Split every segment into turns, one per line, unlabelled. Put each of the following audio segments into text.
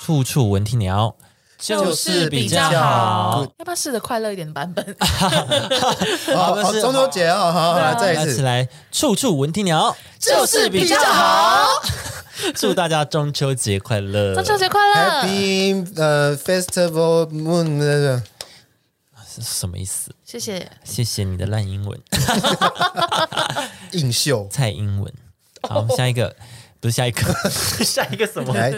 处处闻啼鸟，
就是比较好。
要不要试着快乐一点的版本？
好
哦，
不
哦
是
中秋节哦，好，好来再
来
一
起
次，
来，处处闻啼鸟，
就是比较好。
祝大家中秋节快乐！
中秋节快乐！
Happy 呃 Festival Moon 那个
是什么意思？
谢谢。
谢谢你的烂英文，
映秀，
蔡英文。好，下一个不是下一个， 下一个什么？
来，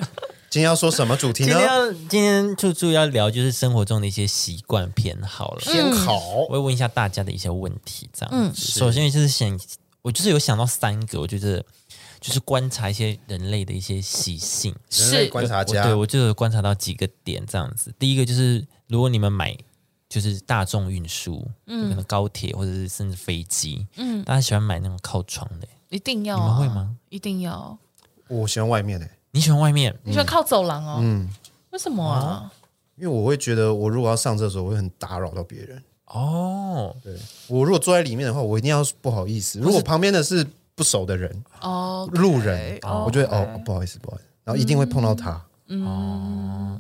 今天要说什么主题
今
呢
天？要嗯今天处处要聊就是生活中的一些习惯偏好了。
偏好，
我会问一下大家的一些问题，这样。嗯，首先就是想，我就是有想到三个，我觉得就是观察一些人类的一些习性。
人类
是
观察
我
家
对，我就有观察到几个点这样子。第一个就是，如果你们买就是大众运输，嗯，可能高铁或者是甚至飞机，嗯，大家喜欢买那种靠窗的、
一定要、
你
啊，
们会吗？
一定要。
我喜欢外面的，欸
你喜欢外面？
你喜欢靠走廊哦？嗯，为什么啊？
因为我会觉得我如果要上厕所，我会很打扰到别人。
哦，
我如果坐在里面的话，我一定要不好意思。如果旁边的是不熟的人、
哦，
路人，
哎
哦
我觉得哦，不好意思，不好意思，然后一定会碰到他。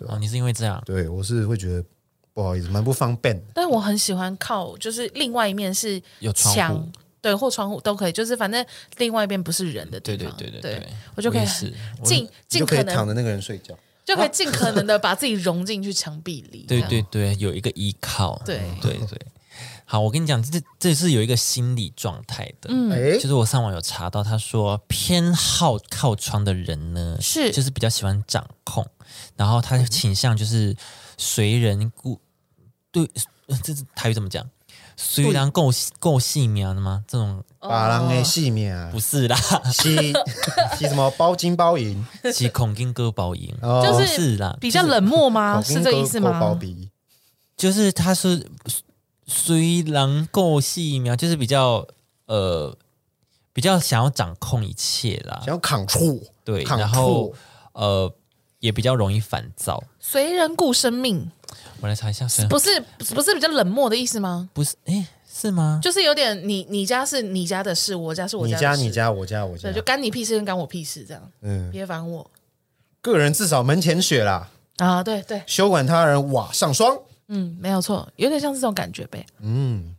哦，你是因为这样？
对我是会觉得不好意思，蛮不方便的。
但我很喜欢靠，就是另外一面是
有窗户
墙，对，或窗户都可以，就是反正另外一边不是人的
对
地
对
方。
对对
对
对，
我就可以
也是我
尽
你
尽
就可以
可
躺
能
着那个人睡觉。
就可以尽可能的把自己融进去墙壁里。
对
这样
对对，有一个依靠。
对
对对。好，我跟你讲，这这是有一个心理状态的。嗯，
哎
就，是我上网有查到，他说偏好靠窗的人呢，
是
就是比较喜欢掌控，然后他的倾向就是随人故对，呃这是台语怎么讲？虽然够够细苗的吗？这种
把人的细面啊
不， 是啦，
吸 吸什么包金包银，
其实孔跟哥保赢，
哦
就
不
是
是啦，
比较冷漠吗？
口
啊是
金
这个
割
意思
过包
吗？
鼻，
就是他是虽然够细苗，就是比较呃比较想要掌控一切啦
想，要扛住，
对，
扛
然后
住。
呃也比较容易烦躁。
随人顾生命，
我来查一下，虽然
不是不是比较冷漠的意思吗？
不是，哎，是吗？
就是有点你你家是你家的事，我家是我
你
家的
家啊
事
你，家我家我家
对，，就干你屁事跟干我屁事这样，
嗯，
别烦我
个人至少门前雪啦，
啊！对对，
休管他人瓦上霜。
嗯，没有错，有点像是这种感觉呗。
嗯，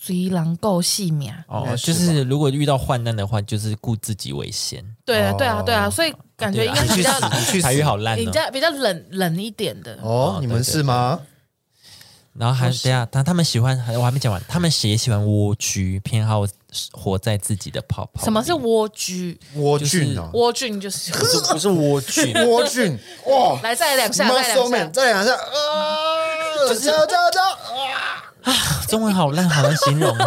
虽然够细命，
应该
哦，
是
就是如果遇到患难的话，就是顾自己为先。
对啊
哦
对啊对啊，所以感觉
对
应
啊
该是比较
你去死
台语好烂
比
哦。
较比较冷冷一点的。
哦
哦，
你们是吗？
然后还等一下，他他们喜欢，还我还没讲完，他们也喜欢蜗居，偏好活在自己的泡泡里。
什么是蜗居？
蜗苣哦，？
蜗苣就是，
不是不是蜗居
蜗苣 哇
来再来两下，再来
muscle
两
man，
下。
再两下，呃，加加加，
中文好烂，好难形容。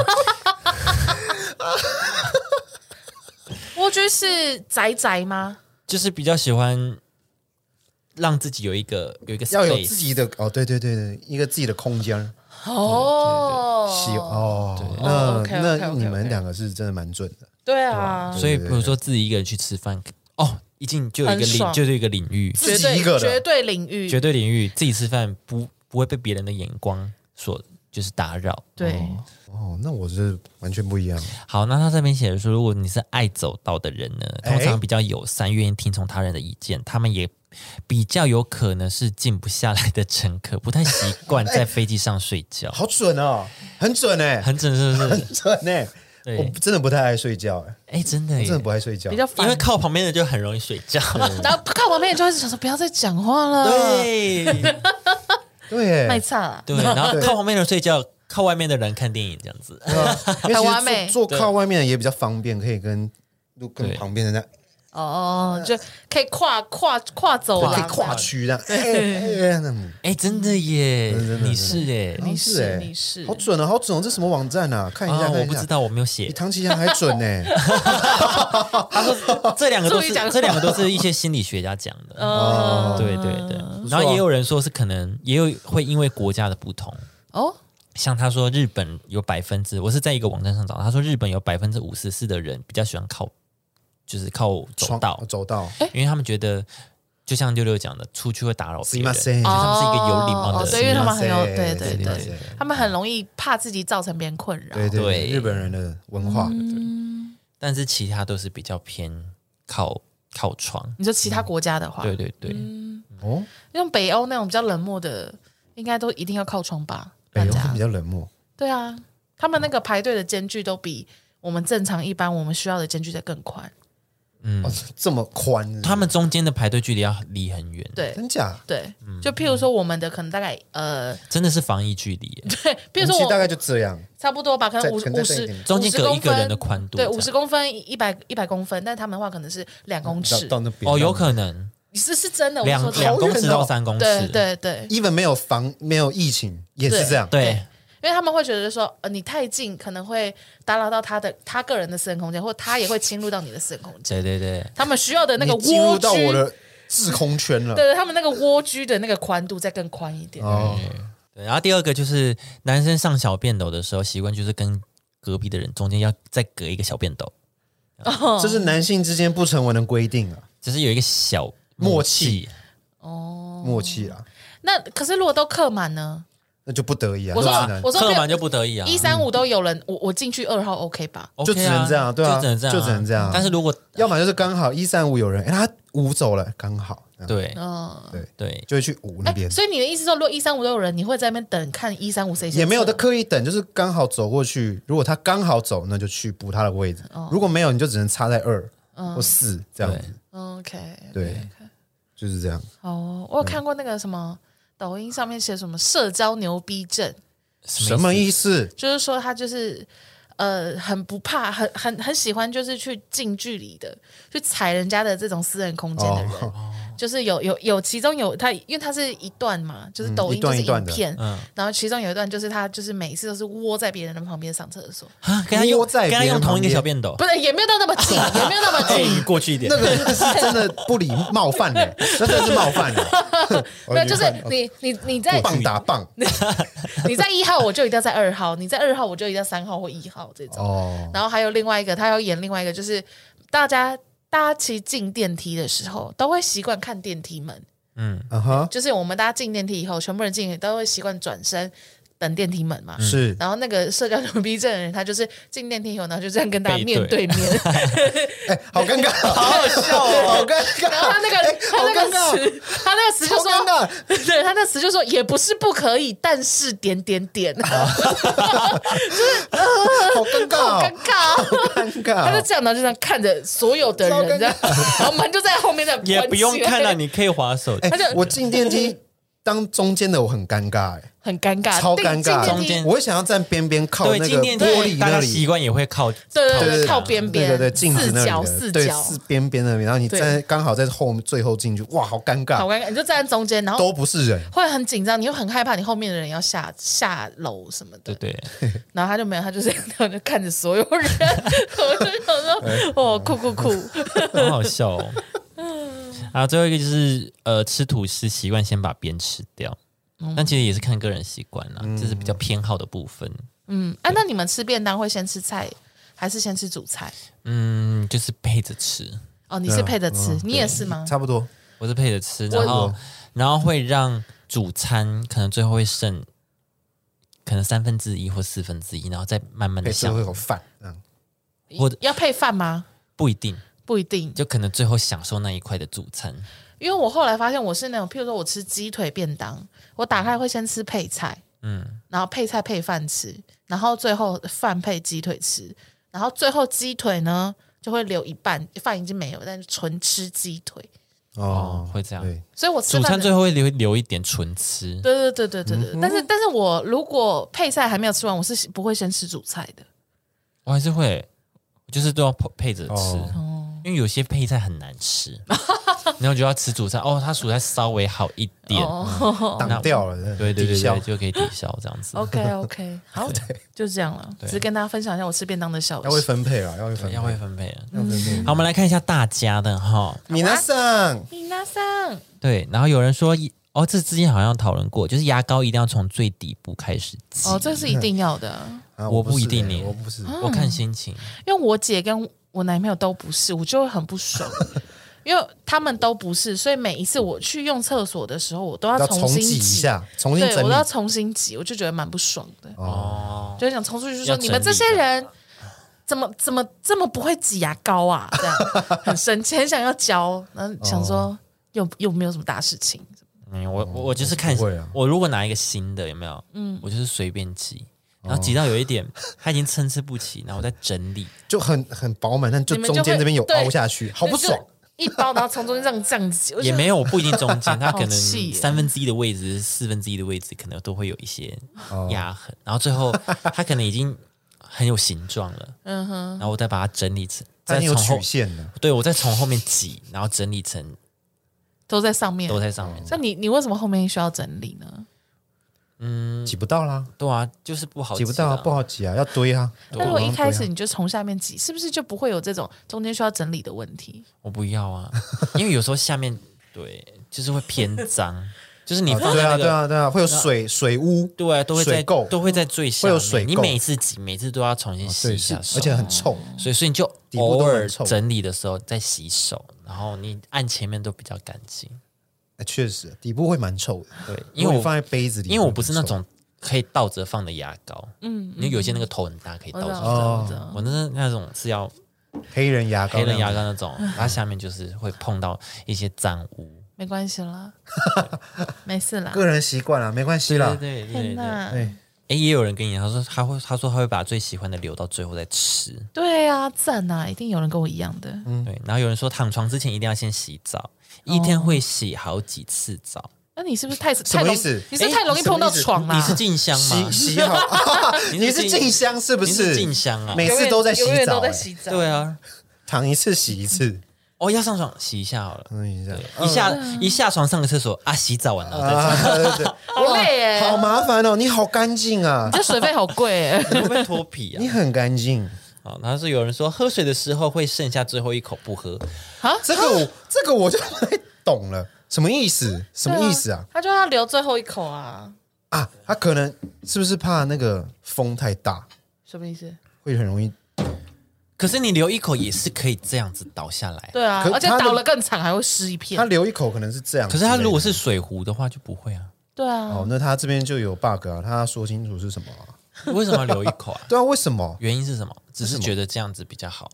蜗居是宅宅吗？
就是比较喜欢让自己有一个有一个 space,
要有自己的哦，对对对对，一个自己的空间。
哦，
喜哦，
哦
那
，OK，OK，OK，OK
那你们两个是真的蛮准的。
对啊，
所以比如说自己一个人去吃饭，哦，一进就有一个
很
领，
爽
就是一个领域，
绝
自己
对
一个的
绝对领域，
绝对领域，自己吃饭不不会被别人的眼光所就是打扰。
对
哦，那我是完全不一样。
好，那他这边写的说，如果你是爱走道的人呢，
哎
通常比较友善，愿意听从他人的意见，他们也比较有可能是静不下来的乘客，不太习惯在飞机上睡 觉。
好准哦，很准哎、
很准是不是？
很准哎、
对
我真的不太爱睡觉、欸，
哎、真的
我
耶，
真的不爱睡觉
比。较
因
烦
为。靠旁边的就很容易睡觉。
然后看旁边人就会想说不要再讲话了，
对
对、
卖
欸，
差了。
对， 然后靠旁边的人睡觉，靠外面的人看电影这样子。
因为其实
很完美
坐坐靠外面的也比较方便，可以跟路跟
对
旁边的那
哦，就可以跨跨跨走
可
啊，
以跨区的，哎哎哎那种
哎、真的耶，你是耶
你
是
是
欸
你是
好准哦，好准哦！这什么网站啊？看一下，
啊！
看
我
一
不知
下，
道，我没有
比
写。
唐奇阳还准呢、欸
他说 这两个都
终
是
于讲出来
这两个都是一些心理学家讲的。
哦
对对对，然后也有人说是可能也有会因为国家的不同，
哦，
像他说日本有百分之，我是在一个网站上找到，他说日本有百分之五十四的人比较喜欢靠，就是靠走
哦
床哦
道，
走道，
因为他们觉得就像六六讲的，出去会打扰
す
别
い
人，
ま
就
せん
他 们是一个有礼貌
哦
的
对，因为
人
他们很有
是
对
是
对
是
对
是，
他们很容易怕自己造成别人困扰。
对对
对
对，日本人的文化，
嗯
但是其他都是比较偏靠靠窗。
你说其他国家的话，
对对对，
嗯
哦，
像北欧那种比较冷漠的，应该都一定要靠窗吧？
北
大
欧
家
哎比较冷漠，
对啊，他们那个排队的间距都比我们正常一般我们需要的间距再更宽。
哦，这么宽是不
嗯
是，
他们中间的排队距离要离很远，，
对
真假？
对，就譬如说我们的可能大概呃，
真的是防疫距离耶，
对，譬
我
如
们
说
其实大
我
概就这样，
差不多吧，可能
再
五
可能
五
再淡一
十
点
中间
50
各一
公
个人的
分
宽度，
对五十。公分一百一百公分，但他们的话可能是两公
到
尺，
嗯到那边
哦，有可能
是是真的，我
两
说真的
两公
好
尺
远哦
到三公
对
尺，
对对，
even 没有防没有疫情也是这样，
对
因为他们会觉得说，呃，你太近可能会打扰到他的他个人的私人空间，或他也会侵入到你的私人空间。
对对对，
他们需要的那个
你进入
蜗
到
居，
我的制空圈了。
对他们那个蜗居的那个宽度再更宽一点。
哦，
对，然后第二个就是男生上小便斗的时候，习惯就是跟隔壁的人中间要再隔一个小便斗，
嗯
这是男性之间不成文的规定啊，
只是有一个小
默
契。
默契啦，
那可是如果都客满呢？
那就不得已啊，
我
就
说
只
啊
能，
我说
客
没有
满就不得已啊，
一三五都有人，我我进去二号 OK 吧？
OK 啊
就只能这样对啊
就只能这样啊，
就只能这样啊
但是如果
要么就是刚好一三五有人，哎，他五走了，刚好，对，
对
嗯，
对，
就会去五那
哎、
边，
所以你的意思说，如果一三五都有人，你会在那边等看一三五谁先
也没有
撤
的刻意等，就是刚好走过去，如果他刚好走，那就去补他的位置，
哦
如果没有，你就只能插在二或四这样子，
嗯 OK，
对，就是这样，
好哦，我有看过那个什么抖音上面写什么社交牛逼症，
什么意思？
就是说他就是呃很不怕，很很很喜欢就是去近距离的去踩人家的这种私人空间的人。
哦
就是有有有，其中有他，因为他是一段嘛，就是抖
嗯一
音就
段
是
一段
影
的
片，
嗯
然后其中有一段就是他就是每一次都是窝在别人的旁边上厕所，
啊？跟他用
窝在
跟他
别人
用同一个
旁边
小便斗，
不是也没有到那么 近，也没有那么近，
哎过去一点
那，个那个是真的不礼冒 犯的，那真的是冒犯的，
没有就是
哦
你你你在
棒打棒
你在一号，我就一定要在二号；你在二号，我就一定要三号或一号这种。
哦，
然后还有另外一个，他要演另外一个，就是大家大家其实进电梯的时候都会习惯看电梯门，
啊哈，
就是我们大家进电梯以后，全部人进去都会习惯转身等电梯门嘛。
嗯是
然后那个社交牛逼症的人，他就是进电梯以后，然后就这样跟大家面对面，
哎，好尴尬，好 好笑哦，好尴尬。
然后 他那个、
哎
他
好
那
尴
个
尬，
词，他那个词就
好尴
说，
尬，哦
对他那词就说也不是不可以，但是点点点，
哦好尴 尬
好
哦，
尴尬、哦。
好尴尬
他就
哦。
这样，然后就这样看着所有的
超尴尬
人，这样，然后门就在后面这样关起
也
来，
不用看到，你可以划手机
他。就
哎我进电梯当中间的，我很尴尬，哎，
很尴尬，
超尴尬。
啊进
中
电梯
间
我会想要站边边靠
对，
那
进
个
电梯
玻璃
大
那
家
里
习。惯也会靠
对
靠
对对，
墙
靠边边，
对对对，镜子那
四
里
角
的，
四
对
角，
四边边那里，然后你
对
站在刚好在后最后进去，哇，好尴
好
尬，
尴尬，你就站在中间，然后
都不是人，
会很紧张，你又很害怕你后面的人要下下楼什么
对
的，
对，
然后他就没有，他就这样，他就看着所有 人，我就
哎
想说，哦，酷酷酷，
很 好笑哦。啊，最后一个就是呃，吃吐司习惯先把边吃掉，但其实也是看个人习惯啦，这是比较偏好的部分。
嗯，哎，那你们吃便当会先吃菜还是先吃主菜？
嗯，就是配着吃，
哦，你是
啊
配着
嗯
吃，你也是吗？
差不多。
我是配着吃，然后然后会让主餐可能最后会剩可能三分之一或四分之一，然后再慢慢
配
的
吃
享
会，有饭，嗯，
我的
要配饭吗？
不一定，
不一定，
就可能最后享受那一块的主餐。
因为我后来发现我是那种，譬如说我吃鸡腿便当，我打开会先吃配菜，
嗯，
然后配菜配饭吃，然后最后饭配鸡腿吃，然后最后鸡腿呢就会留一半，饭已经没有，但是纯吃鸡腿，
哦会这样
对，
所以我吃
主
饭
餐
的
最后会嗯留留一点纯吃，
对对对对对对，但是但是我如果配菜还没有吃完，我是不会先吃主菜 的。
我还是会，就是都要配配着吃，
哦
因为有些配菜很难 吃，然后就要吃主菜。哦，它主菜稍微好一点，嗯
哦
挡掉了，
对对对
抵消
对，就可以抵消这样子。
，OK OK，好，就这样了，只是跟大家分享一下我吃便当的小
哎
要会
事。
分配啊了，要会分配，
要会嗯分配了。
要分配。
好，我们来看一下大家的哈，
米娜桑，
米娜桑，
对，然后有人说，哦，这之前好像讨论过，就是牙膏一定要从最底部开始挤。
哦，这是一定要的啊。
啊
我不
是
一定
欸
耶
我不是，
我看心情，
因为我姐跟我男朋友都不是，我就会很不爽。因为他们都不是，所以每一次我去用厕所的时候，我都要
要
重
重
新
挤一下，重新
对我
整
都
理
要。重新挤，我就觉得蛮不爽的，
哦，
就想冲出去就
要
说
整
你们这些
理的
人。怎么怎么这么不会挤牙膏啊？这样很生气，很想要教，然后想说又又没有什么大事情，
嗯，我我我就是看
不会啊，
我如果拿一个新的有没有？嗯，我就是随便挤，然
哦
后挤到有一点 它已经参差不齐，然后我再整理，
就很很饱满，但就
你们
中
就
间
会
这边有
对
凹下去，好不爽。
就一包，然后从中间这样这样挤，我
也
觉得
没有，我不一定中 间，它可
好
能
气耶
三分之一的位置、四分之一的位置，可能都会有一些
哦
压痕。然后最后它可能已经很有形状了，
嗯哼，
然后我再把它整理成，
它
再
已经有
从后
曲，线的，
对我再从后面挤，然后整理成
都在上面
都。在上面。
哦
那你你为什么后面需要整理呢？
挤不到啦，
对啊，就是不嗯好
挤不到
啊
啊，不好挤啊，要堆啊。
那如果一开
对
始
啊
你就从下面挤，是不是就不会有这种中间需要整理的问题？
我不要 啊，因为有时候下面对就是会偏 脏，就是你
啊
放
对
在
啊
那
对
个。
啊对啊，会有水水污，
对啊，都会在
水垢
都会在最下
会
面。
有水垢哦
你每次挤，每次都要重新洗
对
一
是
下，手，
而且很臭。
所以，所以你就
底部
偶
都很
尔
臭
整理的时候再洗手，然后你按前面都比较干净。
哎确实，底部会蛮臭的。
对，
如
因
果
为
你放
我
在杯子里，
因为我不是那种可以倒着放的牙膏，嗯，因为有些那个头很大可以
我
倒
知
着
道，
放。
我知
哦
道，
我那是那种是要
黑人牙膏
黑
那样子，
人牙膏那种，它下面就是会碰到一些脏污。
没关系 啦，没事啦。
个人习惯啦，没关系
对
啦。
对对对
天
对。哎，
哪，
哎，
也有人跟你讲，他说他会，他说他会把最喜欢的留到最后再吃。
对啊，赞啊，一定有人跟我一样的。
嗯
对，然后有人说躺床之前一定要先洗
哦
澡，一天会洗好几次澡。
那哎你是不是太
什
太
么
容
意思
你是不是太容易碰到床啊啦？
你是静香吗
洗？ 洗好，你是静香是不
你是
是？
静香啊？
每
永
次
远
都在洗
永远
澡
都在
哎
洗澡。
对啊，
躺一次洗一次，
哦，要上床洗一下好了，
嗯，这样。
一下一下床上个厕所啊，洗澡完了再
啊，对对对，
好累耶
好麻烦哦！你好干净啊
你，这水费好贵哎。
你会不会脱皮啊
你？很干净。
好，然后是有人说喝水的时候会剩下最后一口不喝，
这个
啊
我这个我就不太懂了，什么意思？ 什么意思啊？？
他就要留最后一口啊？
啊，他可能是不是怕那个风太大，
什么意思？
会很容易？
可是你留一口也是可以这样子倒下来。
对啊
可，
而且
他的
倒了更惨，还会湿一
他
片。
留一口可能是这样
可
之类
是
的，
它如果是水壶的话就不会啊，
对啊
哦，，那他这边就有 bug 啊，他说清楚是什么啊、
为什么要留一口啊？
对啊，为什么？
原因是什么？只是觉得这样子比较好。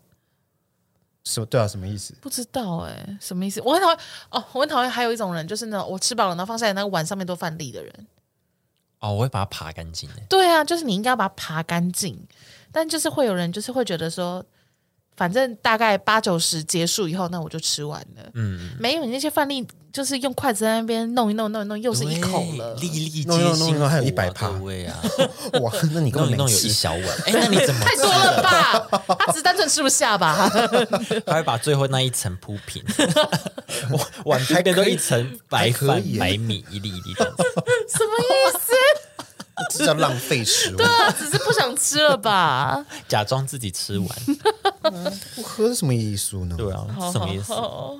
什么？对啊，什么 意思？
不知道哎、什么意思？我很讨厌哦，我很讨厌还有一种人，就是那种我吃饱了，然后放下来那个碗上面都饭粒的人。
哦，我会把它扒干净的。
对啊，就是你应该要把它扒干净，但就是会有人就是会觉得说，反正大概八九十结束以后，那我就吃完了。嗯，没有你那些饭粒，就是用筷子在那边弄一弄弄一弄，又是一口了。
对粒粒
弄一
皆
弄弄一
辛
弄
苦啊，
还有100帕
各位 啊，
哇，那你
弄
根本
一
没
弄有一
吃
小碗。哎，那你怎 么
太多了吧？他只是单纯吃不下吧？
还会把最后那一层铺 平，我碗边边都一层白
还可
饭
以耶、
白米，一粒一粒的。
什么意思？
这叫浪费食物。
他啊只是不想吃了吧？
假装自己吃完。
不喝是什么意思呢？
对啊，什么意思？
好哦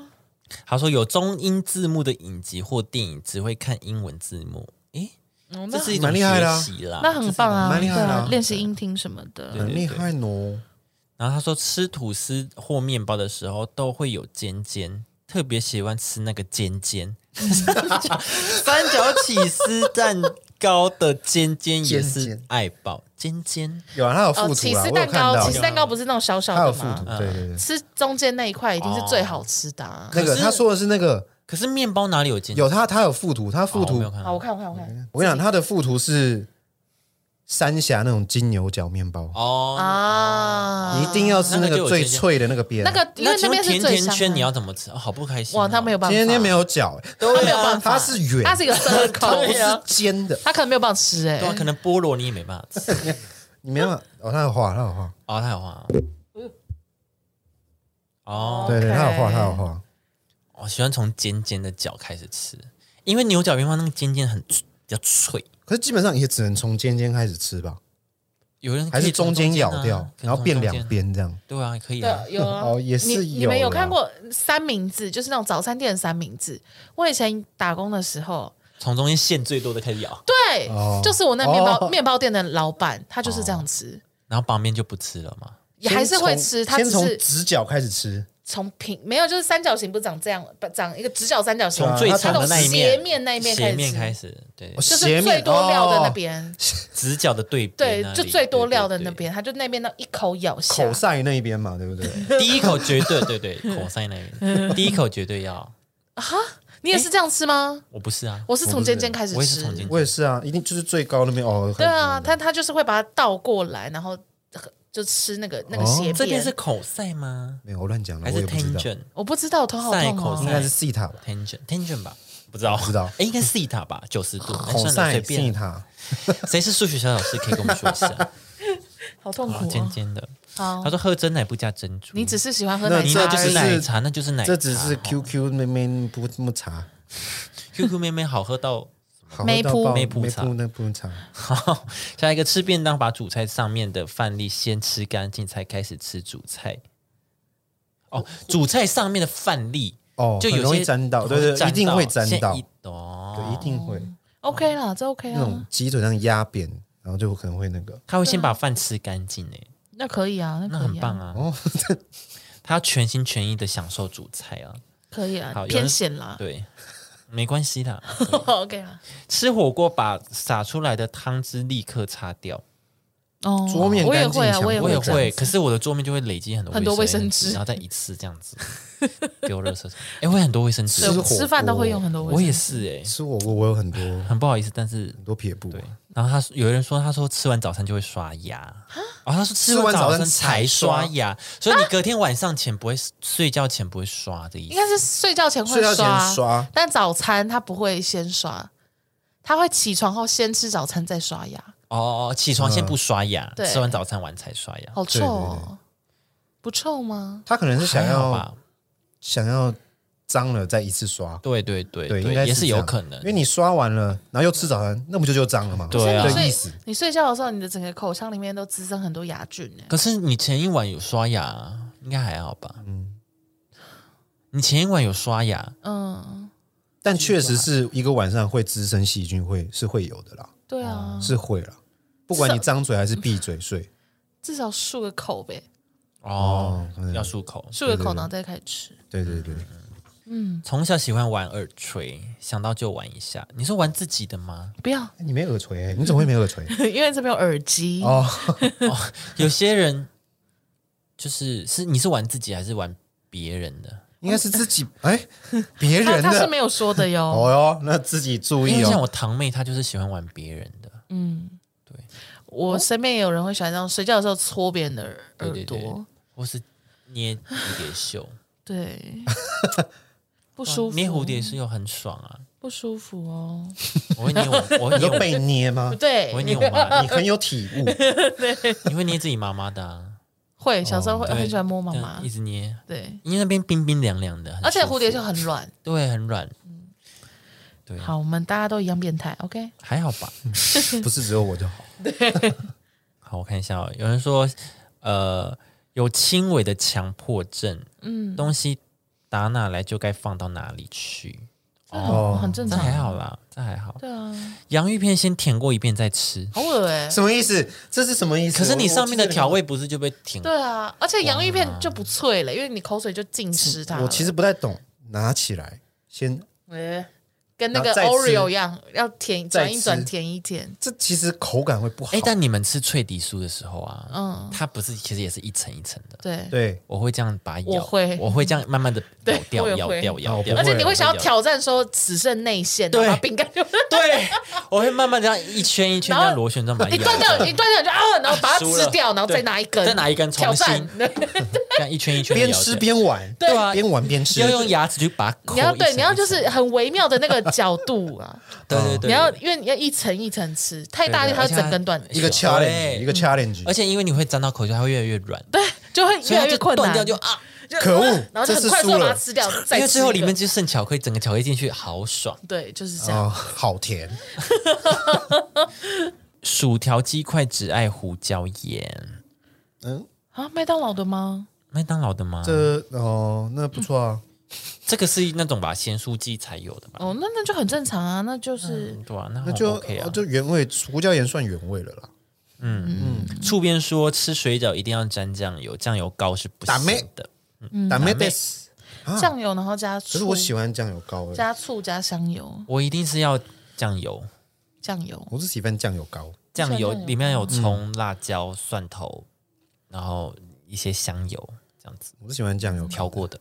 他说有中英字幕的影集或电影只会看英文字幕，诶，
哦那
这是一种
蛮厉害的啊
学习啦。
那很棒啊，
蛮厉害的啊
对练习音听什么的。
很厉害喏。
然后他说吃吐司或面包的时候都会有尖尖，特别喜欢吃那个尖 尖。三角起司蛋糕的尖尖也
尖
是
尖
爱爆，尖尖
有啊，他有
哦，
附
起
图啦，
司
我有
蛋
看
糕，
到
起，司蛋糕不是那种小小
他有
的
附
吗？
图，对对哦对。
吃中间那一块一定是最好吃的啊。
那个
可是
他说的是那个
可是面包哪里有尖尖？
有他，他有附图，他附
哦我
图
没有看
好，
到
我看，我看，我看
我跟你讲，它的附图是三峡那种金牛角面包，
哦。
啊，
你一定要吃那个最脆的那个边。
那个，因为
那请
那
问
边是
甜
最
甜
香
圈你
的。
要怎么吃？哦好不开心哦。
哇，他没有办法，
今天没，有角，
他没有办法，
它是圆，啊
它是一个
它不
circle，
是尖的。
他可能没有办法吃哎
对。啊，可能菠萝你也没办法吃。
你没办法，哦，它有画，它有画，
哦，他有画哦。哦，
对对，
OK
它有画，它有画。
我喜欢从尖尖的角开始吃，因为牛角面包那个尖尖很脆比较脆，
可是基本上也只能从尖尖开始吃吧，
有人可
还
以
是
从
中
中
间
啊
咬掉，
可以
然后
从
变
中
两
间。
边这样？
对啊，可以啊。
对，有啊，
哦也是
你你们
有
有
啦
看过三明治，就是那种早餐店的三明治。我以前打工的时候，
从中间线最多的开始咬，
对，
哦
就是我那面包、
哦
面包店的老板，他就是这样吃，
然后旁边就不吃了嘛。
也还是会吃，
先从
他只
先从
是
直角开始吃，
从平没有，就是三角形不是长这样，不长一个直角三角形，
从最
它
啊长的那一面，
它从斜面那一面开始
斜面开始，对，
就
哦斜
是
面
最多料的那
哦
边，
直角的对比
对
那，里
就最多料的那。
对对对
边，它就那边那一口咬下
口，塞那一边嘛，对不对？
第一口绝对对对，口塞那边，第一口绝对要。
你也是这样吃吗？
我不是啊，
我是从尖尖开始
我也是
吃，
从尖
我也是啊，一定就是最高那边哦。
对啊，
很
他他就是会把它倒过来，然后就吃那个那个
哦
斜
这边
边。
是口塞吗？
没有我乱讲了，
还
我
是
也不知道，
tangent
我不知道，我头好
塞
痛
口塞
应
哦。
该是西塔吧，
tangent tangent 吧？不知道，
不知道
哎，应该是 theta 吧，九十度。哎
口
算了
塞
随
西
便。
塔，
谁是数学小老师？可以跟我们说一 下。
好痛苦
啊，尖
哦。
尖的。
好
他，说喝真奶不加珍珠，
你只是喜欢喝
那
奶
你
茶
那
这
就
而
是
已。
奶茶，那就是奶茶。
这只是
哦
QQ 妹妹不不茶，
QQ 妹妹好喝到
好
梅
喝到爆
梅
梅
普茶
普那不茶，
好，下一个吃便当，把主菜上面的饭粒先吃干净，才开始吃主菜。哦，主菜上面的饭粒
哦，
就
很
有
容
些
易沾到，
很
对
容易
对，一定会沾
先
到，
一
对，一
哦，
定会
啊 OK 啦，这 OK
那种
啊，
鸡腿上压扁，然后就可能会那个
他会先把饭吃干净诶，
那可以啊，
那
那可
很
以
棒
啊，
啊。
哦
他要全心全意的享受主菜啊，
可以啊
好，有人
偏咸啦
对，没关系啦。
，OK 啦。
吃火锅把洒出来的汤汁立刻擦掉，
哦，
桌面
我也
干净
会啊，
墙
我也
壁
我也
这样
会，
子
可是我的桌面就会累积很多
很多卫生
纸，
纸
然后再一次这样 子丢垃圾桶。哎、会很多卫生纸
对，
吃
我
火
吃饭都会
锅
用很多卫
我
生
也
纸。
是哎、
吃火锅，我有很多很
很不好意思，但是
多撇步
对。然后他说有人说，他说吃完早餐就会刷牙，哦，他说吃
吃完
早
早
餐
餐
才
才
刷
刷
牙，所以你隔天晚上前不会睡觉前不会刷的意
应
思。
该是睡觉前会
睡觉前
刷，啊
刷，
但早餐他不会先刷，他会起床后先吃早餐再刷牙，
哦哦，起床先不刷牙，
嗯对
吃完早餐晚才刷牙，
好臭哦，
对
不臭吗？
他可能是想
还好
要
吧？
想要脏了再一次刷，
对对对
对，应该
也是
这
有
样
可能
因为。你刷完了，然后又吃早餐，那不就就脏了吗？
对啊
可是
的
你
意
睡
思。
你睡觉的时候，你的整个口腔里面都滋生很多牙菌呢、
可是你前一晚有刷牙，啊应该还好吧？嗯，你前一晚有刷牙，
嗯，
但确实是一个晚上会滋生细菌会，是会有的啦，
对
嗯
啊，
哦是会啦。不管你张嘴还是闭嘴 睡，
至少漱个口呗，
哦，
嗯
要漱口。
漱个口然后再开始吃。
对对对，
嗯从小喜欢玩耳垂，想到就玩一下。你是玩自己的吗？
不要，
哎你没耳垂、你怎么会没耳垂？
嗯
因为这边有耳机，
哦，
有些人 就是是你是玩自己还是玩别人的？
应该是自己 哎，别
他
人
他是
的
没有说的 哟。
哦哟，那自己注
因
意
为像
哦。
哎我堂妹，她就是喜欢玩别人的。
嗯我身边也有人会喜欢这样睡觉的时候搓别人的耳
对
耳
对对
朵，
或是捏蝴蝶袖，
对， 不舒服，
捏蝴蝶袖很爽啊！
不舒服哦。
我会捏我，我会
你
捏
说
我，
被捏吗
不？对
啊我会，捏我妈，
你很有体悟，
你会捏自己妈妈的啊？
会小时候会
哦对
很喜欢摸妈
这样
妈
一，直捏，
对，
因为那边冰冰凉凉的，很
而且
舒服
蝴蝶袖很软。
对很软，对，
好，我们大家都一样变态，OK？
还好吧。
不是只有我就好。
好，我看一下哦。有人说，呃，有轻微的强迫症，嗯，东西打哪来就该放到哪里去，
这很、
哦
很正
这
常，
还好啦，这还好。
对啊，
洋芋片先舔过一遍再吃，
好恶哎、
什么意思？这是什么意思？
可是你
我我
上面的
其实
调味不是就被舔？
对啊，而且洋芋片就不脆了，因为你口水就浸湿它了。
我其实不太懂，拿起来先，
哎跟那个
然后再吃
Oreo 一样，要舔
再
转一转，
吃
舔一舔。
这其实口感会不好。
哎、但你们吃脆皮酥的时候啊，嗯
嗯，
它不是其实也是一层一层的。
对，
对，
我会这样把它咬，
我会
我会这样慢慢的咬
对
掉，
我也
咬
会
掉，咬
哦
掉，
不
而且你
会
会想要，挑战说只剩内馅，
对
然后把饼干就
对，我会慢慢这样一圈一圈这样
然后
螺旋状把它
你
咬
断掉，
掉，
你断掉就啊，然后把它
哎输
吃
了
掉，然后
对
再拿一根，
再拿一根重
挑战
新。这样一圈一圈地
边
咬
吃
掉
边玩，
对啊
边玩边吃，
要用牙齿去把口
你要
一
对，
层
你要
一
就
层
是很微妙的那个角度啊，
对
哦
对 对，
你要
对
因为你要一层一层吃，太大
对
力
对
它
而
会
且
整根断，
一个
对
challenge，一个 challenge，
而且因为你会沾到口水，它会越来越软，
对，就会
所
越
以它
来
就
越困
断
难，
掉就嗯啊，
可恶
然后就
这
很
次
快速
输
地
了
把它吃掉，再
因为
吃
最后
一
里
个
面啊就剩巧克力，整个巧克力进去好爽。
对就是这样，
哦，好甜，
薯条鸡块只爱胡椒盐，
嗯，
啊，麦当劳的吗？
麦当劳的吗？这
这哦，那不错
嗯
啊，
这个是那种吧，咸酥鸡才有的吧？
哦，那那就很正常啊，那就是
对啊，那
那
很
就
OK 啊
哦。就原味胡椒盐算原味了啦。
醋边说吃水饺一定要沾酱油，酱油膏是不
打妹
行的。
嗯
打妹 des，
嗯
酱油然后加醋，
可是我喜欢酱油膏欸，
加醋加香油，
我一定是要酱油，
酱油
我是喜欢酱油膏。
酱油
蒜嗯头
里面有葱、辣椒、蒜头，然后一些香油这样子
我是喜欢酱油膏
调过的，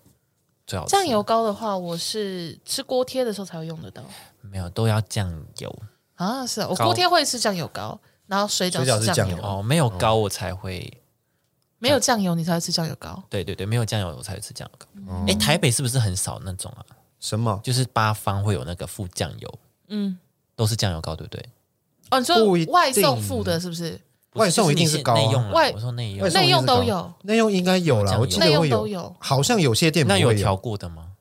最好吃
嗯酱油膏的话，我是吃锅贴的时候才会用得到
没有都要酱油
啊。是啊，我
膏
锅贴会吃酱油膏，然后水饺
水饺
吃
是
酱
酱
油，
油
哦，没有膏我才会，
没有酱油你才会吃酱油膏。
对对对，没有酱油我才会吃酱油
嗯
膏。哎，台北是不是很少那种啊？
哦什么？
就是八方会有那个附酱油，
嗯，
都是酱油膏，对不对？
哦，你
不一
说
定
外送付的是不是？
不
外送
就
一定
你
是膏啊
内用啦
外
我说内
外
用，
送
内
一定
用
是
都
膏
有，
内用应该有啦，
有
我记
酱
得
油
会
内用都有
好像有些店不
那
会
有调
有，
过的吗？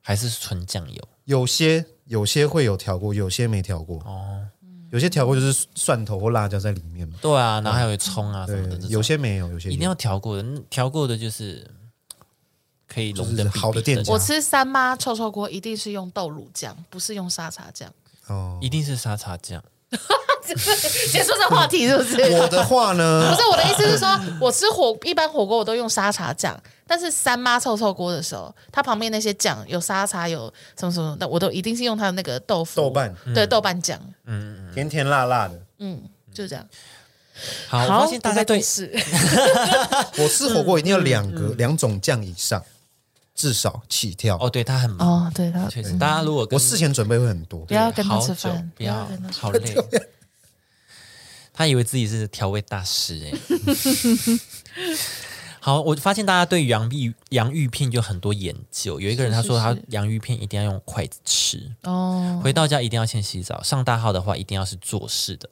还是纯酱油？
有些有些会有调过，有些没调过。
哦，
有些调过就是蒜头或辣椒在里面嘛。
对啊，然后还有葱啊什
嗯对
么的这，种，
有些没有，有些有
一定要调过的，嗯调过的就是可以龙
就是
灯
好的店家
我吃三妈臭臭锅一定是用豆乳酱，不是用沙茶 酱。
哦。
一定是沙茶酱。
结束这话题是不是？
我的话
不
呢，
是我的意思是说，我吃火一般火锅我都用沙茶酱，但是三妈臭臭锅的时候，它旁边那些酱有沙茶有什么什么的，我都一定是用它的那个豆腐
豆瓣嗯
对豆瓣酱，
甜甜辣辣的。
嗯，就这样。
好，我发现大家对
是
我吃火锅一定要两个两种酱以上，至少起跳。
嗯哦，对他
嗯
很忙，
哦，对他
确实，大家如果跟啊
我事前准备会很多
不，要跟他
好
吃
久
饭，
不要
跟他吃
好累。他以为自己是调味大师哎。 好，我发现大家对洋芋洋芋片有很多研究。有一个人他说他洋芋片一定要用筷子吃，
哦，
回到家一定要先洗澡。上大号的话，一定要是做事的，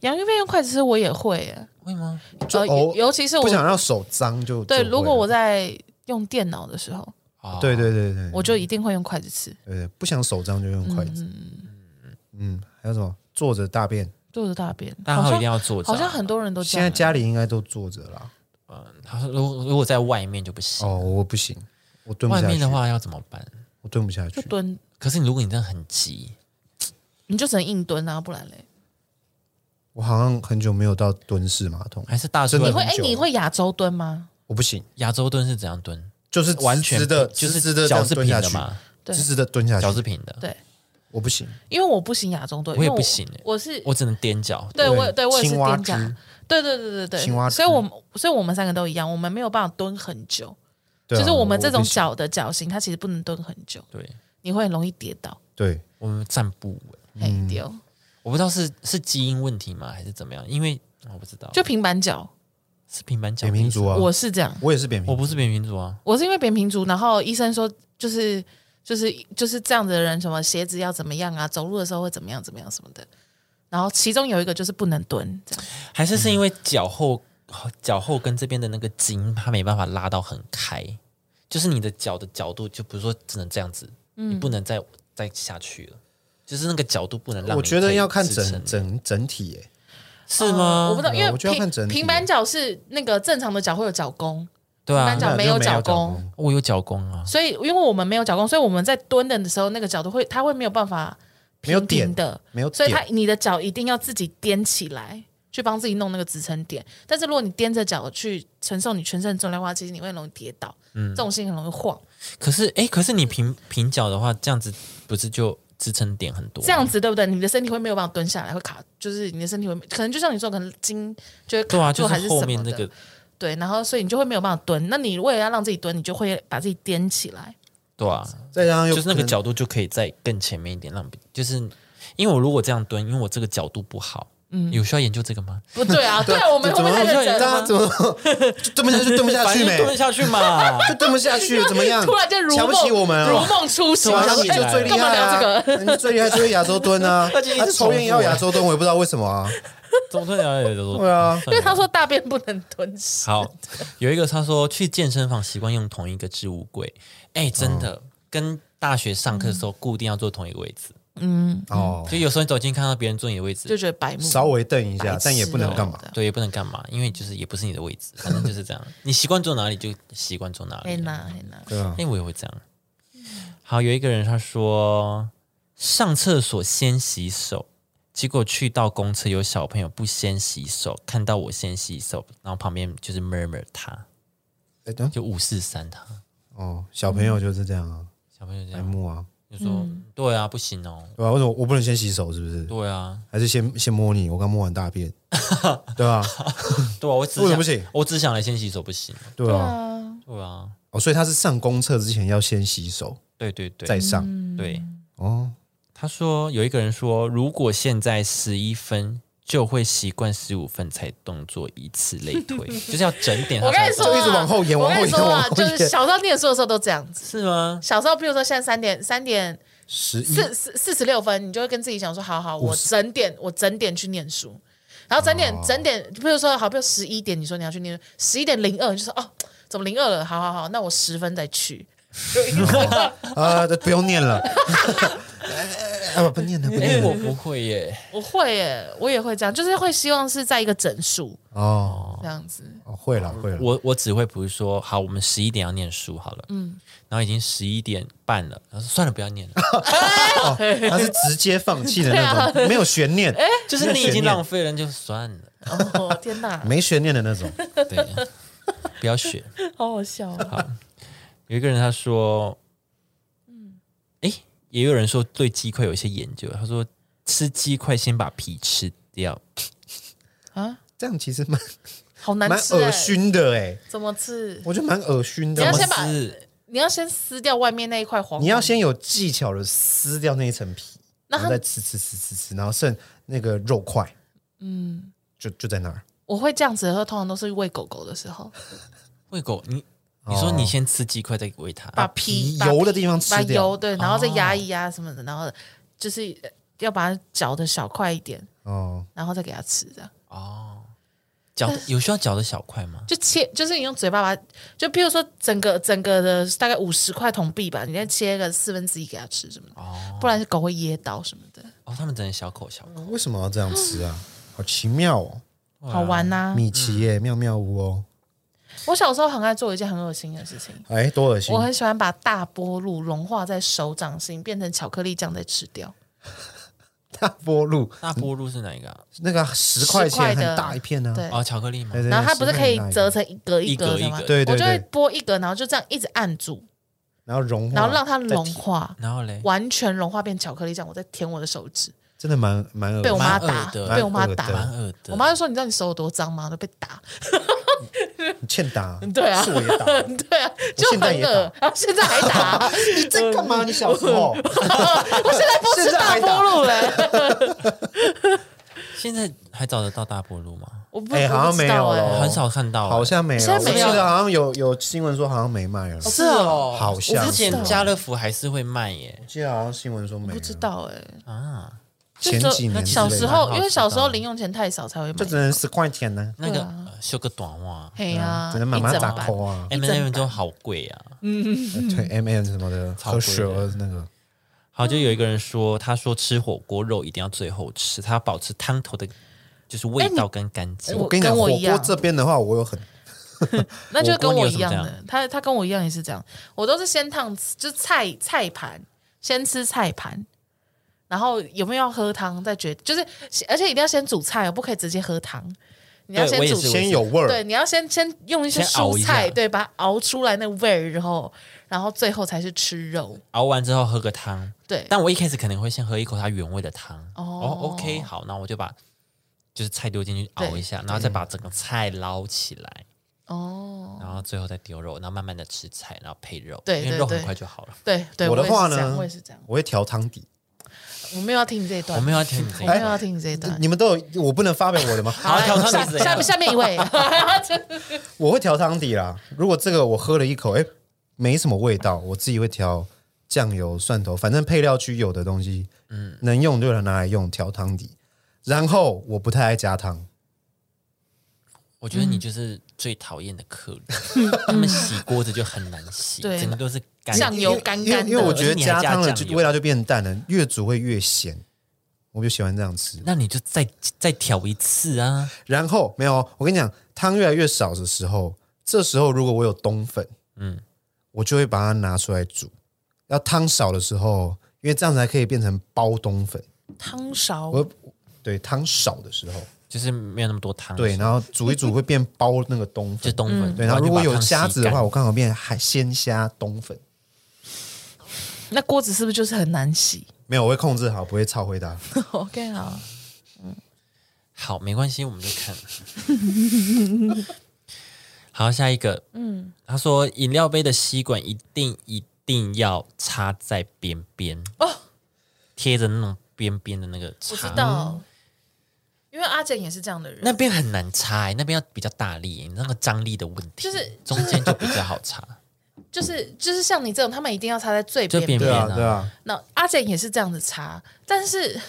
洋芋片用筷子吃我也会耶，
会吗？
呃，
偶
尤尤其是我
不想让手脏就
对，
就会
如果我
了嗯
在用电脑的时候，
哦
对对对对，
我就一定会用筷子吃，
呃不想手脏就用筷子。
嗯
嗯，还有什么坐着大便？
坐着大便，
大
好
号一定
像
要坐着啊。
好像很多人都这
现
样
在
耶。
家里应该都坐着啦。
嗯，他说如果如果在外面就不行，
哦，我不行，我蹲不
外
下
面的
去，
话要怎么办？
我蹲不下
就
去。
蹲，
可是你如果你真的很急，
你就只能硬蹲啊，不然嘞，
我好像很久没有到蹲式马桶，
还是大叔
真
你
的
的
会
很
哎，
久
你会亚洲蹲吗？
我不行，
亚洲蹲是怎样蹲？
就是
完全
直的，
就
直直
是
的这
脚
样
是
蹲
平
下
的
去，
嘛，
对
直直的蹲下去，
脚是平的，
对，
嗯我不行，
因为我不行亚洲蹲，
我也
因为
不行耶
我是
我只能踮脚。
对
对
我也对我也是
青蛙
踮脚
姿，
对对对对对，
青蛙姿
所以我们所以我们三个都一样，我们没有办法蹲很久，
对啊
就是我们这种
不行
脚的脚型，它其实不能蹲很久，
对，
你会很容易跌倒，
对
我们站不稳，
嗯
嘿哦丢，
我不知道是是基因问题吗，还是怎么样？因为我不知道，
就平板脚，
是平板脚
扁平
意思
足，啊，
我
我
是这样，
我也是扁
我
平，
不是扁平足啊。
我是因为扁平足，然后医生说就是就是就是这样子的人，什么鞋子要怎么样啊，走路的时候会怎么样怎么样什么的。然后其中有一个就是不能蹲，这样
嗯
还是是因为脚后脚后跟这边的那个筋，它没办法拉到很开，就是你的脚的角度，就比如说只能这样子，
嗯
你不能再再下去了，就是那个角度不能让你
我觉得要看
可以支撑
整整整体耶，
是吗？
我不知道，因为
啊我觉得要看
平
整体
平板脚是那个正常的脚会有脚弓，
对
平
啊
板，脚没有
那就没有
脚
脚
弓，
弓
我有脚弓啊，
所以因为我们没有脚弓，所以我们在蹲的时候，那个角度会，它会没有办法
没有
平平的，
没有
所以它
点，
你的脚一定要自己踮起来，去帮自己弄那个支撑点。但是如果你踮着脚去承受你全身的重量的话，其实你会很容易跌倒，重心很容易晃，
可是哎，可是你平平脚的话，这样子不是就支撑点很多吗？
这样子对不对？你的身体会没有办法蹲下来，会卡，就是你的身体会可能就像你说，可能筋就会卡
对啊，
住
就
还
是后
什
面
么
那
的，
个
对，然后所以你就会没有办法蹲。那你为了要让自己蹲，你就会把自己踮起来。
对啊，
再加上又
就是那
可
个
能
角度就可以再更前面一点，让就是因为我如果这样蹲，因为我这个角度不好，嗯，有需要研究这个吗？
不对啊，对啊，我们
怎
我
么
们太
大
认真了
家
吗
怎么 就蹲不下去，蹲不下
反
去
正
没
蹲，下去嘛，
就蹲不 下去，怎么样？
突然间如梦
瞧不起我们
如
啊！
梦初醒，
瞧不起你
哎
就最厉
干嘛
害
聊这
啊
个？！
你最厉害就是亚洲蹲 啊，
那就一直
他抽烟也要
重复欸
亚洲蹲，我也不知道为什么啊。
总算了解都
对啊，
因为他说大便不能吞食，
好，有一个他说去健身房习惯用同一个置物柜，哎、真的、跟大学上课的时候固定要坐同一个位置，
哦，
就有时候你走进看到别人坐你的位置
就，觉得白目。
稍微瞪一
白
下
痴，
但也不能干嘛啊
哦。
对，也不能干嘛，因为就是也不是你的位置，反正就是这样，你习惯坐哪里就习惯坐哪
黑
里、啊。
娜，黑娜，
对啊，
哎、我也会这样。好，有一个人他说上厕所先洗手，结果去到公厕有小朋友不先洗手，看到我先洗手，然后旁边就是 murmur 他，
哎，等
就五四三他
哦，小朋友就是这样啊，
小朋友这
白
样
目啊，
就说，对啊，不行哦，
对吧？为什么我不能先洗手？是不是？
对啊，
还是先先摸你？我刚摸完 大便，对吧？
对啊，我只
为什么
想
不行，
我只想来先洗手，不行，
对啊，
啊，
对啊，
哦，所以他是上公厕之前要先洗手
对对对，
再上
对。
哦，
他说有一个人说，如果现在十一分，就会习惯十五分才动作，以此类 推，就是要整点他
我跟
才
你
动
说啊，
就一直往后延
我跟你
往后延
说啊
往后
就
延
是小时候念书的时候都这样子。
是吗？
小时候，比如说现在三点三点
十一
四四四十六分，你就会跟自己讲说，好好，
嗯
我整点我整点去念书，然后整点、
哦
整点，比如说好，比如十一点，你说你要去念书，十一点零二，你就说哦，怎么零二了？好好好，那我十分再去。就一直
啊，这不用念了， 啊不不念了，不
哎、
念
我
了
不会耶，
我会耶，我也会这样，就是会希望是在一个整数
哦，
这样子。
哦会了会了，
我我只会不是说好，我们十一点要念书好了，嗯，然后已经十一点半了，然后说算了，不要念 了，
他是直接放弃的那种，没有悬念，
就是你已经浪费了，就算了，
哦天哪，
没悬念的那种，
对，不要学。
好好笑、哦。
有一个人他说，嗯，诶，也有人说对鸡块有一些研究，他说吃鸡块先把皮吃掉，
这样其实蛮
好难
蛮
吃、
恶
欸，
心的哎，
怎么吃？
我觉得蛮恶心的
你要。
怎
先
么
把
撕
你要先撕掉外面那一块黄黄，
你要先有技巧的撕掉那一层皮，
那
然
他
后再吃吃吃吃吃，然后剩那个肉块，嗯，就就在那儿。
我会这样子的时候，通常都是喂狗狗的时候，
喂狗，你你说你先吃鸡块再喂它，
把皮、
把皮油的地方吃
把
掉哦
油对，然后再压一压什么的，然后就是呃要把它嚼的小块一点，
哦，
然后再给它吃，这样
嚼的有需要嚼的小块吗？
就切，就是你用嘴巴把它，就譬如说整个整个的大概五十块铜币吧，你再切个四分之一给它吃什么的，不然狗会噎到什么的，
哦，他们只能小口小口，
嗯哦
为什么要这样吃啊？好奇妙哦，
好玩呐、
米奇耶，
嗯
妙妙屋哦，
我小时候很爱做一件很恶心的事情。
哎，多恶心
我！很喜欢把大波露融化在手掌心，变成巧克力酱再吃掉。
大波路
大波路是哪一个啊？
那个十块
10块
钱
的
很大一片呢，
对
哦，巧克力吗
对，？对
然后它
10
不是可以
块很大一片
折成一格一格的吗
一格一格？
对对
我就会
对
剥一格，然后就这样一直按住，
然后融化，
然后让它
再
融化，
然后嘞，
完全融化变巧克力酱，我再舔我的手指，
真的蛮蛮恶
被我妈
蛮
打，
恶的
被我妈
蛮
蛮
打。
恶的。
我妈就说：“你知道你手有多脏吗？”都被打。
你欠打，
对啊
是我也打。
对啊，就
现在
很
也打
恶，然后现在还打。
你在干嘛？你小时候
我现在不吃大波露 嘞，
现在还找得到大波路吗？
我不
哎好像没有了
了。
很少看到，
好像没有，
现在
我
没
记
有
得好像有有新闻说好像没卖了，
是哦，
好像
之前
是
家乐福还是会卖耶
我记得好像新闻说没了，
不知道哎，
啊，
就
前
是
几年之
小
类
时
的
候，
蛮好
因为
吃
小
的
时候零用钱太少才会
就
买
只。能十块钱呢，
那个
对啊
呃修个短袜
嘿呀，
只能嗯慢慢
一整
打
版
扣啊，
，M
整
M 都好贵啊。
嗯
对 M N 什么的，
超
喝
贵的
雪儿那个，
好，就有一个人说，他说吃火锅肉一定要最后吃，他要保持汤头的，就是味道跟干净。
哎我
我跟你讲，
跟
火
我一样
锅这边的话，我有很
那就
火
跟
锅你
我
有
一
什么
样
这样
的，他他跟我一样也是这样，我都是先烫，就菜菜盘，先吃菜盘，然后有没有要喝汤再决，就是而且一定要先煮菜哦，不可以直接喝汤，你要
对我
先
也
煮
是
先有味
对，
儿，
你要先先用一些
先熬
蔬
一
菜，
下
对，把它熬出来那味儿，然后然后最后才是吃肉，
熬完之后喝个汤，
对，
但我一开始可能会先喝一口它原味的汤。
哦
哦，OK，好，那我就把就是菜丢进去熬一下，然后再把整个菜捞起来，
哦，
然后最后再丢肉，然后慢慢的吃菜，然后配肉，
对
因为
对
肉很
对
快就好了。
对对，
我的
也是
话
这样
呢
我也是这样，
我会调汤底。
我没有要听你这一段，
我没有要听你这
我
一
没
哎
段
有要听你这一段，
你们都有，我不能发表我的吗？
好，挑
下
战你怎
下
样？
下面一位，
我会调汤底啦。如果这个我喝了一口，哎，没什么味道，我自己会调酱油、蒜头，反正配料区有的东西，嗯，能用就拿来用调汤底。然后我不太爱加汤，
我觉得
嗯
你就是最讨厌的客人， 他们洗锅子就很难洗，
对
整个都是干
酱油干
因为
干的，
因为我觉得
而且你还加
汤了
酱
就
油
味道就变淡了，越煮会越咸，我就喜欢这样吃。
那你就再再调一次啊！
然后没有哦，我跟你讲，汤越来越少的时候，这时候如果我有冬粉，
嗯
嗯，我就会把它拿出来煮。要汤少的时候，因为这样才可以变成包冬粉。
汤勺
我对汤少的时候，
就是没有那么多汤
对，
汁，
然后煮一煮会变包那个冬
就
粉，
冬
嗯
粉。
对，然后如果有虾子的话，
我
我刚好变海鲜虾冬粉。
那锅子是不是就是很难洗
没有，我会控制好，不会超回答。
？OK 好，
好，没关系，我们就看。 好，下一个，嗯，他说饮料杯的吸管一定一定要插在边边哦
哦，
贴着那种边边的那个
我知
插，
道，因为阿简也是这样的人。
那边很难插、欸，那边要比较大力、你那个张力的问题，
就是
中间就比较好插，
就是就是像你这种，他们一定要插在最
就
边边。
边
对
边
啊，对啊，
那阿简也是这样子插，但是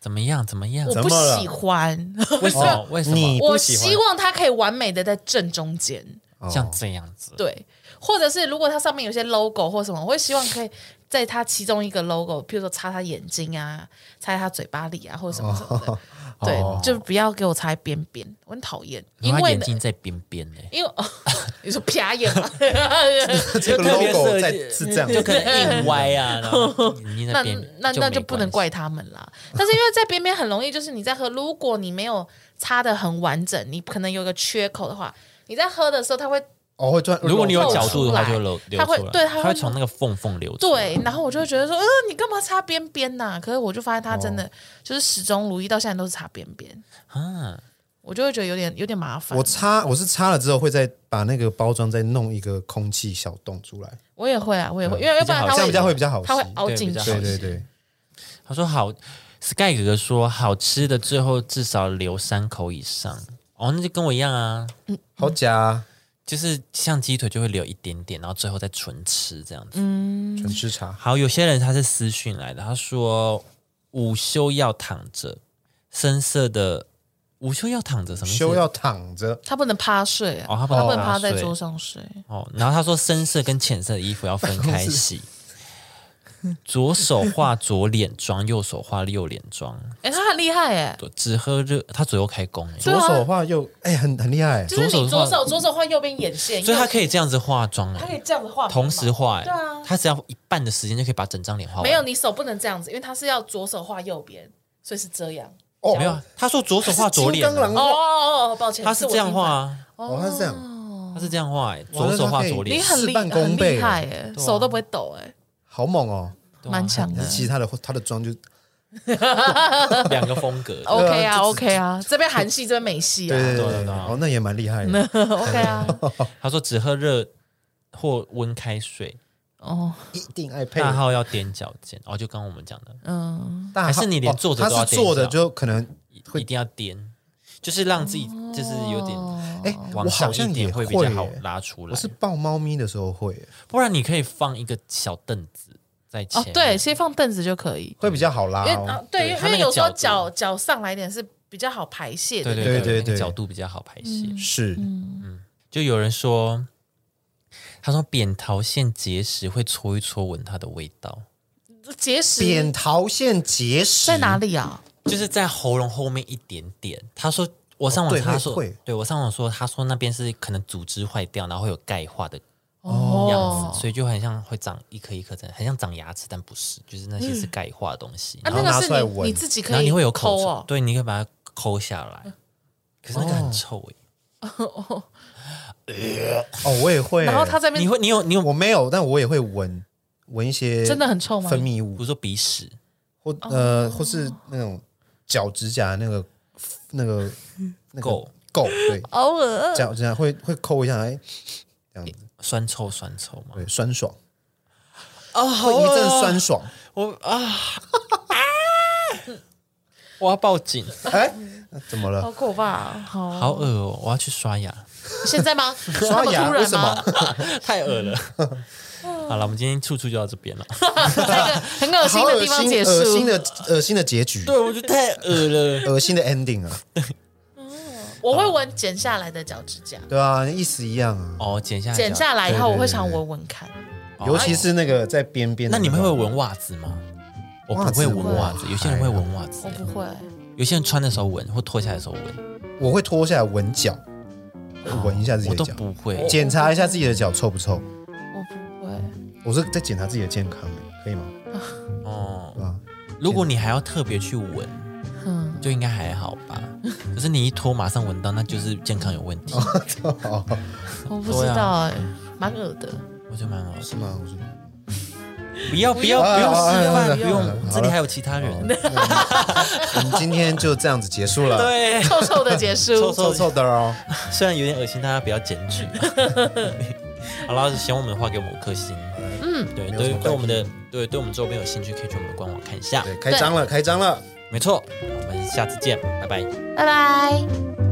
怎么样？怎么样？
我
怎
不
么了
喜欢，
为什么？为什
你
么？
我
不喜欢
希望它可以完美的在正中间，
哦
像这样子，
对，或者是如果它上面有些 logo 或什么，我会希望可以在它其中一个 logo，譬如说插它眼睛啊，插在它嘴巴里啊，或者什么什么的，
哦
对，就不要给我插在边边，我很讨厌，因
然后他
为
眼
呢。
睛在边边欸呢，
因为、 哦、你说啪眼 吗？
啊
这个 logo 在是这样，
就可能硬歪啊，然 后眼睛在
那
边，
那那
就
就
没
不能
关系
怪他们啦。但是因为在边边很容易，就是你在喝，如果你没有擦的很完整，你可能有个缺口的话，你在喝的时候它会
哦会转。
如果你有
漏
角度的话，
出来
就流流
它
出
会
来，
对它
它
会
从那个缝缝流出来。
对，然后我就会觉得说，呃，你干嘛擦边边呐？可是我就发现它真
哦
的就是始终如一，到现在都是擦边边，
啊，
我就会觉得有点有点麻烦。
我擦，我是擦了之后会再把那个包装再弄一个空气小洞出来，
我也会啊，我也会，因为要不
嗯
然
比较好
它会
这样比较会比较好
它会
吸。
凹进
对比较
去。
好
对
吸
对对，
他说好，Sky 哥哥说好吃的最后至少留三口以上。哦，那就跟我一样啊，
好假啊，
就是像鸡腿就会留一点点，然后最后再纯吃这样子。
嗯
纯吃茶。
好，有些人他是私讯来的，他说午休要躺着，深色的午休要躺着什么意思？
休要躺着，
它不能趴睡啊，
哦它不
它
能
不能
趴
趴在
睡
桌上睡。
哦，然后他说深色跟浅色的衣服要分 开洗，左手画左脸妆，右手画右脸妆，
哎，它很厉害哎，
左只喝热，他左右开工哎，
对
左
啊
手画右，哎，很很厉害。
就是你
左
左
手
手左手画右边眼线，
所以他
右
可以这样子化妆
它可以
哎，
这样子画，
同时。画哎
对啊，
他只要一半的时间就可以把整张脸画完。
没有，你手不能这样子，因为它是要左手画右边，所以是这样。
哦
没有，啊，他说左手画左脸
金
啊，
刚狼
哦
画，
哦哦，抱歉，
他是
我
这样
听
画
反。
啊，
哦，他是这样，
他是这样画哎，
哦
左手画左
脸
你
脸，
很
事
厉
半功
很
倍
厉害哎，
对啊
手都不会抖哎，
好猛哦。
对啊
蛮强的
可是其实他的他的妆就
两个风格。
OK
对啊
啊
就
，OK 啊，这边韩系，这边美系
对
啊
对对
对
对，
对啊
哦，那也蛮厉害的。
，OK 啊，
他说只喝热或温开水，
哦，
一定爱配
大号要踮脚尖，哦，就刚刚我们讲的，
嗯，
大
还
号
是你连
哦
坐着
他
都要
是
垫
坐着
脚
就可能会
一定要踮，就是让自己
哦
就是有点
哎，
哦往
我好
上
像
一
也
点
会
比较
耶
好拉出来
我。是抱猫咪的时候会耶，
不然你可以放一个小凳子在前
哦
面，，
对，先放凳子就可以，
嗯
会比较好
因
拉
为啊
哦。，
对
对，因为
它
因
那
为
个
有时候
角
脚脚上来一点是比较好排泄
对
的，
对
对
对
对嗯
那个
对
角度比较好排泄。
嗯
是，
就有人说，他说扁桃腺结石会搓一搓闻它的味道，
结石
扁桃腺结石
在哪？里啊？
就是在喉咙后面一点点。他说。我上网
对
查他
会
说，
会
我上网说，他说那边是可能组织坏掉，然后会有钙化的样
哦
子，，所以就很像会长一颗一颗的，很像长牙齿，但不是，就是那些是钙化的东西。
啊，
然后
那
然后拿
个是
出来
你
闻
你自己
然
可
后
以
你会有口
抠
臭，
哦，
对，你可以把它抠下来，可是那个很臭哎、
哦，我也会耶。
然后他在那
你
边
会，你有，你有，
我没有，但我也会闻闻一些
真的很臭吗？哦
分泌
比
物，
如说鼻屎，
或呃，或是那种脚指甲那个那个那个
垢
垢，对，
偶尔
脚指甲会会抠一下，哎，
酸臭酸臭嘛。
对，酸爽，
哦，
会一阵酸爽，
我啊我要报警，
哎，怎么了
好？可怕，啊好，
好恶哦！我要去刷牙，
现在吗？
刷
那么
牙
突然
为什
吗
么？
太恶了。 好了，我们今天处处就到这边了。
很恶
好
心的地方结束，
恶心的恶心的结局，
对，我觉得太恶了。
恶心的 ending 啊，
我会闻剪下来的脚指甲，
对啊，意思一样 啊，
哦，剪下来，
剪下来以后
对对
我会想闻闻看，
哦
尤其是那个在边边的
那
个，
你们会闻袜子吗？我不
袜子
会闻
我
袜子，有些人会闻袜子
我，不会。
有些人穿的时候闻，或脱下来的时候闻，
我会脱下来闻脚，闻一下自己
哦我
的
都
脚，
不会。
检查一下自己的脚臭不臭。
我不会，
我是在欸检查自己的健康，可以吗？
哦
对吧？
如果你还要特别去闻，
嗯，
就应该还好 吧。可是你一拖马上闻到，那就是健康有问题，
哦，
我 不知道哎、蛮恶的。
我觉得蛮好的。
是吗？我说
不要不要
啊
不用
啊
示
啊啊
范，不
好了
用，这里还有其他人。
我们今天就这样子结束了，
对，
臭臭的结
臭
束，
臭臭的哦。
虽然有点恶心，大家不要检举。好了，喜欢我们的话，给我们五颗星。嗯，对，
没有什
对
么，
对我们的对对我们周边有兴趣，可以去我们的官网看一下。
对，开张了，开张了。
没错，我们下次见，拜拜。
拜拜。
拜拜。